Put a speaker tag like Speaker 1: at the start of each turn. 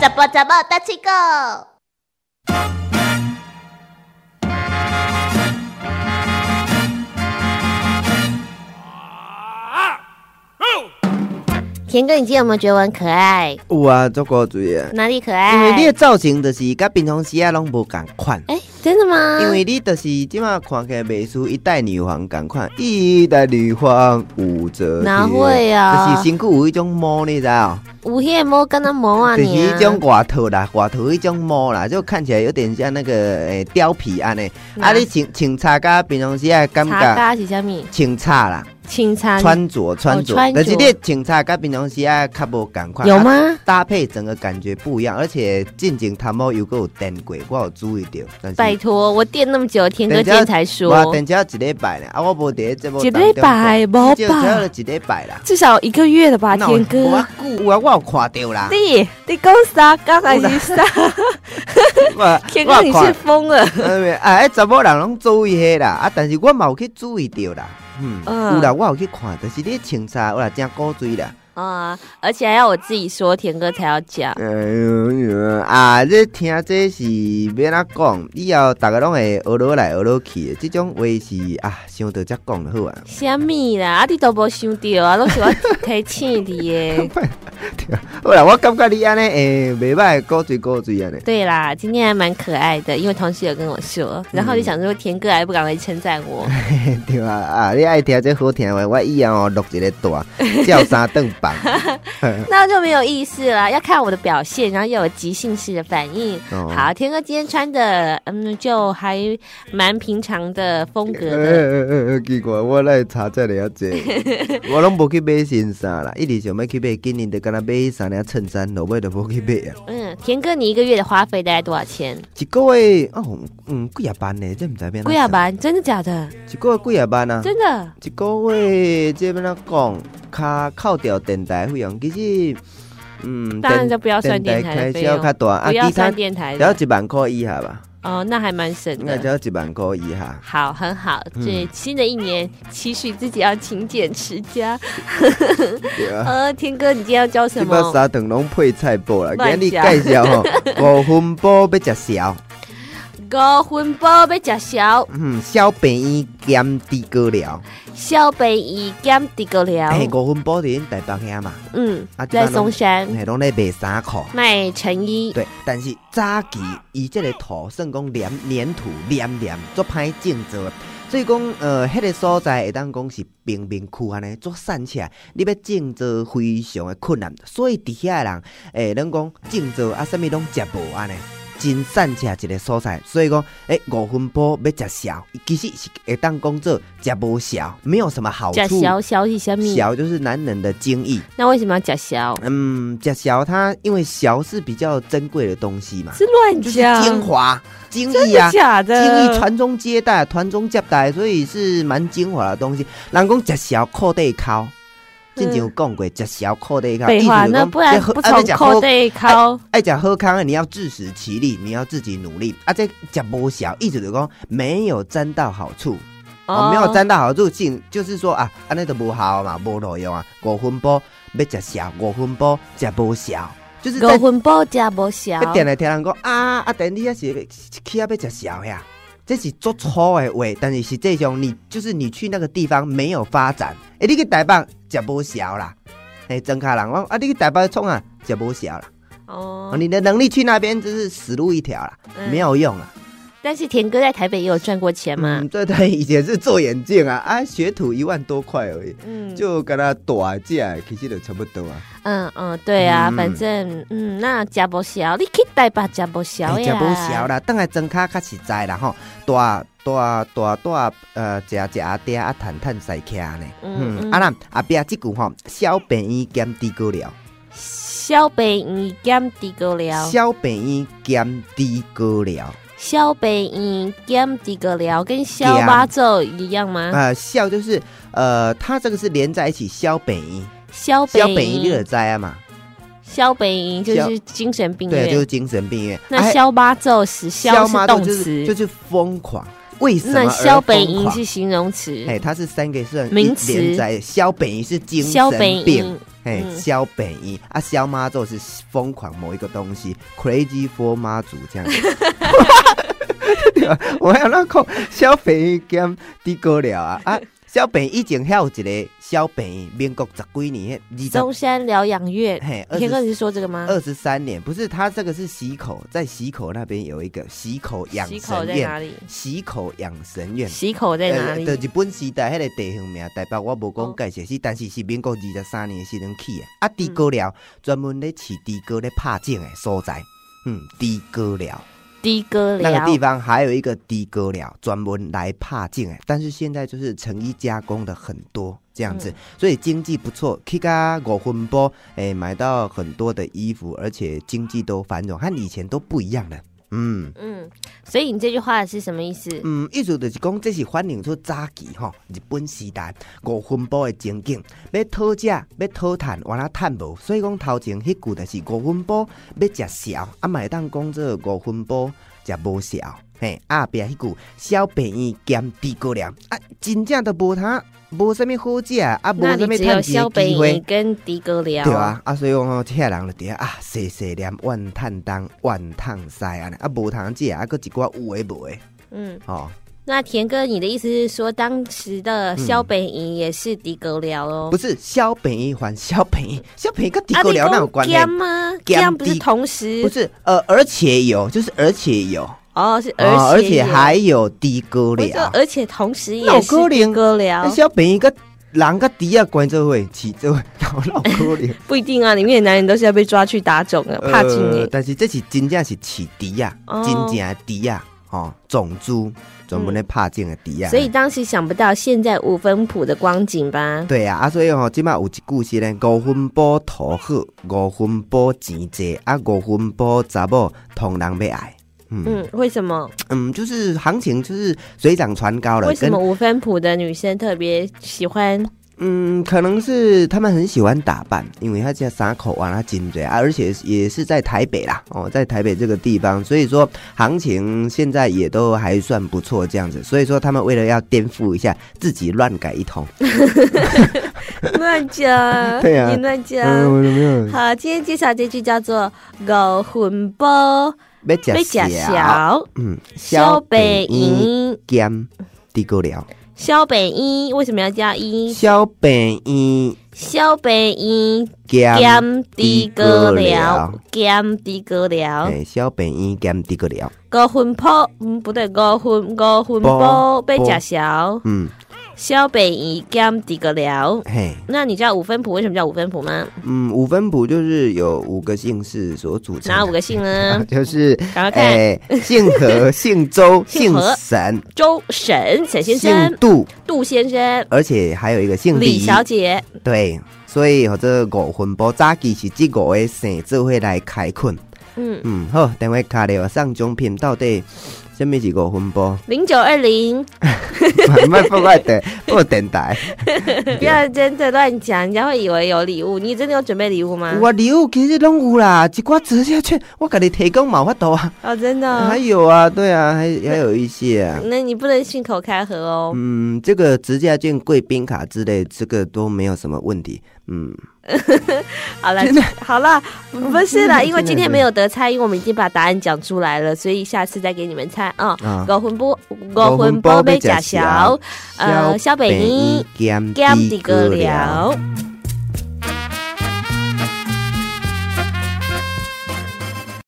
Speaker 1: 怎么怎么大七狗？田哥，你今天有没有觉得我很可爱？
Speaker 2: 有啊，做国主耶。
Speaker 1: 哪里可
Speaker 2: 因为你
Speaker 1: 爱
Speaker 2: 的？造型就是甲平常时啊拢无共款，
Speaker 1: 哎，真的吗？
Speaker 2: 因为你就是即马看起来袂输一代女皇共款，一代女皇武则天。
Speaker 1: 哪会啊
Speaker 2: 就是身躯有迄种毛，你知道？
Speaker 1: 有迄个毛跟那毛啊
Speaker 2: 就是
Speaker 1: 你啊
Speaker 2: 迄种外套啦，外套迄种毛啦，就看起来有点像那个诶貂皮安尼。啊，
Speaker 1: 嗯
Speaker 2: 你穿穿插甲平常时啊感
Speaker 1: 茶
Speaker 2: 觉
Speaker 1: 咖是啥物？
Speaker 2: 穿插啦，
Speaker 1: 清茶
Speaker 2: 穿着穿着，
Speaker 1: 啊哦穿着
Speaker 2: 但是你穿插甲平常时啊较无共款。
Speaker 1: 有？吗？
Speaker 2: 搭配整个感觉不一样，而且近景他们有个有电过，我有注意到。但是
Speaker 1: 拜托，我垫那么久，田哥今天才
Speaker 2: 哇，
Speaker 1: 说，
Speaker 2: 等只要一礼拜呢，啊，我无第一节目
Speaker 1: 一礼拜
Speaker 2: 当中讲
Speaker 1: 无吧
Speaker 2: 只有只有一礼拜啦。
Speaker 1: 至少一个月了吧，
Speaker 2: 那有
Speaker 1: 田
Speaker 2: 有
Speaker 1: 哥
Speaker 2: 啊。久啊，我有看到啦。
Speaker 1: 你你讲啥？啊刚才是啥？
Speaker 2: 我
Speaker 1: 田哥你是疯了？
Speaker 2: 是哎，查某人拢注意迄啦，啊，但是我嘛有去注意到啦。嗯，
Speaker 1: 嗯
Speaker 2: 有啦，我有去看，但是你穿衫我啦真古锥啦。
Speaker 1: 啊、而且还要我自己说，田哥才要讲。
Speaker 2: 哎呦，啊，你听这是要哪讲？以后大家拢会学落来学落去的，这种话是啊，想到才讲就好啊。
Speaker 1: 虾米啦？啊，你都无想到啊，拢是我提醒你耶。
Speaker 2: 好啦，我感觉你安尼诶，袂歹，古锥古锥安尼。
Speaker 1: 对啦，今天还蛮可爱的，因为同事有跟我说，然后就想说田哥还不赶快称赞我。
Speaker 2: 对啊，啊，你爱听这好听的话，我以后哦录一个大，叫三顿饭。
Speaker 1: 那就没有意思了，要看我的表现，然后要有即兴式的反应。
Speaker 2: 哦
Speaker 1: 好，天哥今天穿的，嗯，就还蛮平常的风格
Speaker 2: 呃
Speaker 1: 的。
Speaker 2: 呃呃呃奇怪，我来查这了解，我拢无去买新衫啦，一直想要去买，今年就敢若买迄三领衬衫，落尾就无去买啊。
Speaker 1: 嗯，田哥，你一个月的花费大概多少钱？
Speaker 2: 一个月哦，嗯，几啊万呢？这毋知要安怎
Speaker 1: 贵啊吧？真的假的？
Speaker 2: 讲？一个月几啊万啊？
Speaker 1: 真的？
Speaker 2: 一个月这要安怎讲？卡扣掉电台费用，其实，嗯，
Speaker 1: 当然
Speaker 2: 电
Speaker 1: 就不要算电台
Speaker 2: 开
Speaker 1: 的费
Speaker 2: 销
Speaker 1: 用，
Speaker 2: 较大，啊，
Speaker 1: 不要
Speaker 2: 其他
Speaker 1: 算电台
Speaker 2: 只要
Speaker 1: 的。
Speaker 2: 一万块以下吧，
Speaker 1: 哦，那还蛮省
Speaker 2: 应该只
Speaker 1: 的。
Speaker 2: 要一万块以下。
Speaker 1: 好，很好。这
Speaker 2: 嗯
Speaker 1: 新的一年，期许自己要勤俭持家。
Speaker 2: 对啊，
Speaker 1: 呃，天哥，你今天要教
Speaker 2: 即
Speaker 1: 什
Speaker 2: 摆
Speaker 1: 么？
Speaker 2: 三顿拢配菜脯啦，
Speaker 1: 乱
Speaker 2: 今日
Speaker 1: 吃
Speaker 2: 介绍 吼，五分脯要食小，
Speaker 1: 高分包要吃小，
Speaker 2: 嗯，小病院兼猪膏料，
Speaker 1: 小白鱼减地沟料。
Speaker 2: 嘿，五分脯伫恁台北遐嘛，
Speaker 1: 嗯
Speaker 2: 啊，这
Speaker 1: 在
Speaker 2: 边拢
Speaker 1: 松山
Speaker 2: 嘿，拢咧卖衫裤。
Speaker 1: 卖成衣。
Speaker 2: 对，但是早期伊即个土算讲黏黏土黏黏，足歹种植，所以讲呃，迄、个所在会当讲是贫民区啊安尼，足散起来，你要种植非常的困难，所以伫遐的人，诶、咱讲种植啊，啥物拢食无安尼。真散起来一个所在，所以讲，诶、五分埔要食潲，其实是会当讲做食无潲，没有什么好
Speaker 1: 假
Speaker 2: 处。
Speaker 1: 小小是虾米？
Speaker 2: 潲就是男人的精液，
Speaker 1: 那为什么要假小？
Speaker 2: 嗯，食潲它因为潲是比较珍贵的东西嘛，
Speaker 1: 是乱
Speaker 2: 就是
Speaker 1: 讲，
Speaker 2: 精华、精
Speaker 1: 真
Speaker 2: 益
Speaker 1: 的
Speaker 2: 啊，
Speaker 1: 假
Speaker 2: 精
Speaker 1: 的？
Speaker 2: 益传宗接代、传宗接代，所以是蛮精华的东西。人讲食小靠底靠，之前有讲过，食小靠底靠，
Speaker 1: 嗯废话，
Speaker 2: 意思就是
Speaker 1: 那
Speaker 2: 讲
Speaker 1: 不然
Speaker 2: 要喝
Speaker 1: 不
Speaker 2: 啊要
Speaker 1: 从
Speaker 2: 吃
Speaker 1: 口
Speaker 2: 好
Speaker 1: 袋掏？
Speaker 2: 爱讲喝康，你要自食其力，你要自己努力。啊，这讲不小，意思就是讲没有沾到好处，哦，没有沾到好处，进就是说啊，安尼都无效嘛，无路用啊。五分波要食小，五分波食无小，就是在
Speaker 1: 五分包假不小，
Speaker 2: 一定来听人讲啊啊，等你遐是去遐啊要食潲呀，这是做错的话，但是实际上你就是你去那个地方没有发展，诶、你去台北食无潲啦，诶、欸，真卡人讲啊，你去台北创啊，食无潲啦、
Speaker 1: 哦
Speaker 2: 啊，你的能力去那边就是死路一条啦，
Speaker 1: 嗯
Speaker 2: 没有用啦。
Speaker 1: 但是田哥在台北也有赚过钱嘛
Speaker 2: 嗯，？对对，以前是做眼镜啊，啊，学徒一万多块而已。
Speaker 1: 嗯，
Speaker 2: 就跟他大价，其实就差不多啊。
Speaker 1: 嗯嗯，对啊，
Speaker 2: 嗯
Speaker 1: 反正嗯，那假不小，你去台北假不小
Speaker 2: 嗯食
Speaker 1: 呀，
Speaker 2: 无潲啦，等下真卡较实在啦吼，大大大大呃，食食阿嗲啊，趁趁西徛呢。
Speaker 1: 嗯
Speaker 2: 嗯，
Speaker 1: 嗯
Speaker 2: 啊咱后壁即句吼，小病医兼低高了，
Speaker 1: 小白鱼减地沟料，
Speaker 2: 小病医兼低高
Speaker 1: 啊
Speaker 2: 了。
Speaker 1: 小白鱼减地沟料，跟小八咒一样吗？
Speaker 2: 呃，小就是呃，它这个是连在一起，小病医，
Speaker 1: 小白
Speaker 2: 小病医你
Speaker 1: 鱼
Speaker 2: 就知啊嘛，
Speaker 1: 萧北营就
Speaker 2: 萧
Speaker 1: 是精神病
Speaker 2: 对啊，就
Speaker 1: 院
Speaker 2: 是，精神病院。
Speaker 1: 那
Speaker 2: 啊
Speaker 1: 萧八咒死，萧
Speaker 2: 嘛
Speaker 1: 是
Speaker 2: 就
Speaker 1: 动
Speaker 2: 就是就
Speaker 1: 词，
Speaker 2: 是疯狂，为什么
Speaker 1: 那萧
Speaker 2: 而
Speaker 1: 本
Speaker 2: 疯
Speaker 1: 营
Speaker 2: 狂
Speaker 1: 是？形容词，
Speaker 2: 哎，它是三个算
Speaker 1: 名
Speaker 2: 一
Speaker 1: 词
Speaker 2: 连在萧本营是精
Speaker 1: 萧本
Speaker 2: 神病
Speaker 1: 营，
Speaker 2: 哎，
Speaker 1: 嗯
Speaker 2: 萧本营啊，萧妈咒是疯狂某一个东西，crazy for 妈祖这样 子。对吧？我要那看萧本营兼地沟了啊 啊！萧本营以前还有一个萧本营，民国十几年，二十
Speaker 1: 中山疗养院。
Speaker 2: 嘿二
Speaker 1: 田哥，
Speaker 2: 十
Speaker 1: 你是说这个吗？
Speaker 2: 二十三年，不是他这个是溪口，在溪口那边有一个溪口养
Speaker 1: 洗口
Speaker 2: 神
Speaker 1: 在
Speaker 2: 院，
Speaker 1: 哪里？
Speaker 2: 溪口养神院。
Speaker 1: 洗口在哪
Speaker 2: 呃，
Speaker 1: 里？
Speaker 2: 就日本时代迄个地方名，台北我无
Speaker 1: 哦嗯
Speaker 2: 讲介绍，是、但是是民国二十三年的时阵起的。啊，猪膏料专门咧饲猪膏咧拍种的所在。嗯，猪膏料
Speaker 1: 的哥
Speaker 2: 那个
Speaker 1: 寮
Speaker 2: 地方还有一个猪膏料专门来拍种的，但是现在就是成衣加工的很多这样子，
Speaker 1: 嗯
Speaker 2: 所以经济不错。去个五分波，哎、买到很多的衣服，而且经济都繁荣，和以前都不一样了。嗯。
Speaker 1: 嗯，所以你这句话是什么意思？
Speaker 2: 嗯，意思就是讲，这是反映出早期吼日本时代五分埔的情景，要讨食，要讨趁，完啊趁无，所以讲头前迄句就是五分埔要食潲，啊，嘛会当讲这五分埔食无潲，嘿，后壁迄句小便宜兼低高粱，啊，真正都无通无啥物好食，啊，无
Speaker 1: 那
Speaker 2: 啥
Speaker 1: 你
Speaker 2: 物
Speaker 1: 只有
Speaker 2: 趁钱
Speaker 1: 萧
Speaker 2: 的
Speaker 1: 北
Speaker 2: 机
Speaker 1: 营
Speaker 2: 会。
Speaker 1: 跟的哥寮，
Speaker 2: 对啊，啊，所以讲吼，这些人就伫遐啊，细细念怨叹东，怨叹西安尼，啊，无通食，啊，搁一寡有诶无诶，
Speaker 1: 嗯，
Speaker 2: 吼、
Speaker 1: 那田哥，你的意思是说，当时的萧北营也是的哥寮喽
Speaker 2: 嗯不？是萧北一还萧北一，萧北一跟地沟
Speaker 1: 啊
Speaker 2: 寮
Speaker 1: 你
Speaker 2: 那
Speaker 1: 讲
Speaker 2: 有关系？
Speaker 1: 兼吗？
Speaker 2: 兼
Speaker 1: 兼不是
Speaker 2: 的
Speaker 1: 同时
Speaker 2: 不是，呃，而且有，就是而且有，
Speaker 1: 哦，是
Speaker 2: 哦而
Speaker 1: 且
Speaker 2: 且还有地沟
Speaker 1: 我说
Speaker 2: 寮，
Speaker 1: 而且同时
Speaker 2: 那
Speaker 1: 也
Speaker 2: 有
Speaker 1: 是
Speaker 2: 可
Speaker 1: 的
Speaker 2: 能
Speaker 1: 哥寮，
Speaker 2: 萧北一跟人跟猪啊关这会，起这会，老老可 怜。
Speaker 1: 不一定啊，里面的男人都是要被抓去打种的，怕进
Speaker 2: 呃
Speaker 1: 你
Speaker 2: 但是这是真正是饲猪啊，
Speaker 1: 哦
Speaker 2: 真正的猪啊，哦，种猪专门咧拍种的猪啊。
Speaker 1: 所以当时想不到现在五分埔的光景吧？
Speaker 2: 对啊，啊，所以吼、即摆有一句是咧，五分埔土好，五分埔钱济，啊，五分埔查某同人要爱。
Speaker 1: 嗯，为什么？
Speaker 2: 嗯，就是行情就是水涨船高了
Speaker 1: 为，什
Speaker 2: 跟
Speaker 1: 么五分埔的女生特别喜 欢？
Speaker 2: 嗯，可能是他们很喜欢打扮，因为他这沙口啊，他紧嘴啊，而且也是在台北啦，哦，在台北这个地方，所以说行情现在也都还算不错这样子，所以说他们为了要颠覆一下，自己乱改一通。
Speaker 1: 乱讲，
Speaker 2: 对嗯啊
Speaker 1: 你乱讲。
Speaker 2: 我没有
Speaker 1: 好，今天介绍这句叫做“狗魂包
Speaker 2: 被
Speaker 1: 被假
Speaker 2: 假小，
Speaker 1: 小
Speaker 2: 嗯，
Speaker 1: 萧北
Speaker 2: 营
Speaker 1: 营
Speaker 2: 兼地沟聊，
Speaker 1: 萧北一”，为什么要加一？
Speaker 2: 小北营
Speaker 1: 萧北一
Speaker 2: 兼
Speaker 1: 兼的哥聊
Speaker 2: 猪，
Speaker 1: 兼的哥聊，
Speaker 2: 哎，小北营兼地沟聊，
Speaker 1: 狗魂包，嗯，不对，狗魂狗魂包
Speaker 2: 包
Speaker 1: 被假小，
Speaker 2: 嗯，
Speaker 1: 萧北一兼的哥聊。
Speaker 2: 嘿。
Speaker 1: 那你知道五分谱为什么叫五分谱吗？
Speaker 2: 嗯，五分谱就是有五个姓氏所组成的。？
Speaker 1: 哪五个姓啊呢
Speaker 2: 就是
Speaker 1: 赶快看
Speaker 2: 哎、 姓何、姓 周、
Speaker 1: 姓
Speaker 2: 姓
Speaker 1: 何
Speaker 2: 沈、
Speaker 1: 周沈沈先
Speaker 2: 姓
Speaker 1: 生、
Speaker 2: 杜，
Speaker 1: 杜先生、
Speaker 2: 而且还有一个姓
Speaker 1: 李
Speaker 2: 李。
Speaker 1: 小姐。
Speaker 2: 对，所以和这五分埔早期是这五个姓做伙来开垦。
Speaker 1: 嗯，
Speaker 2: 嗯，好，等会卡了上奖品到底什么是五分埔？
Speaker 1: 零九二零，
Speaker 2: 慢慢放快点，放 电台。
Speaker 1: 不要真的乱讲，人家会以为有礼物。你真的有准备礼物吗？
Speaker 2: 我礼物其实拢有啦，一寡折价券我给你提供冇法度啊，
Speaker 1: 哦，真的哦
Speaker 2: 还。有啊，对啊，还还有一些啊。
Speaker 1: 那你不能信口开河哦。
Speaker 2: 嗯，这个直价券、贵宾卡之类，这个都没有什么问题。嗯，
Speaker 1: 好了，好 了，不是啦，因为今天没有得猜，因为我们已经把答案讲出来了，所以下次再给你们猜啊。
Speaker 2: 啊，
Speaker 1: 狗魂波，狗魂波被假小，呃，萧北英
Speaker 2: 兼
Speaker 1: ，Gam 的哥聊。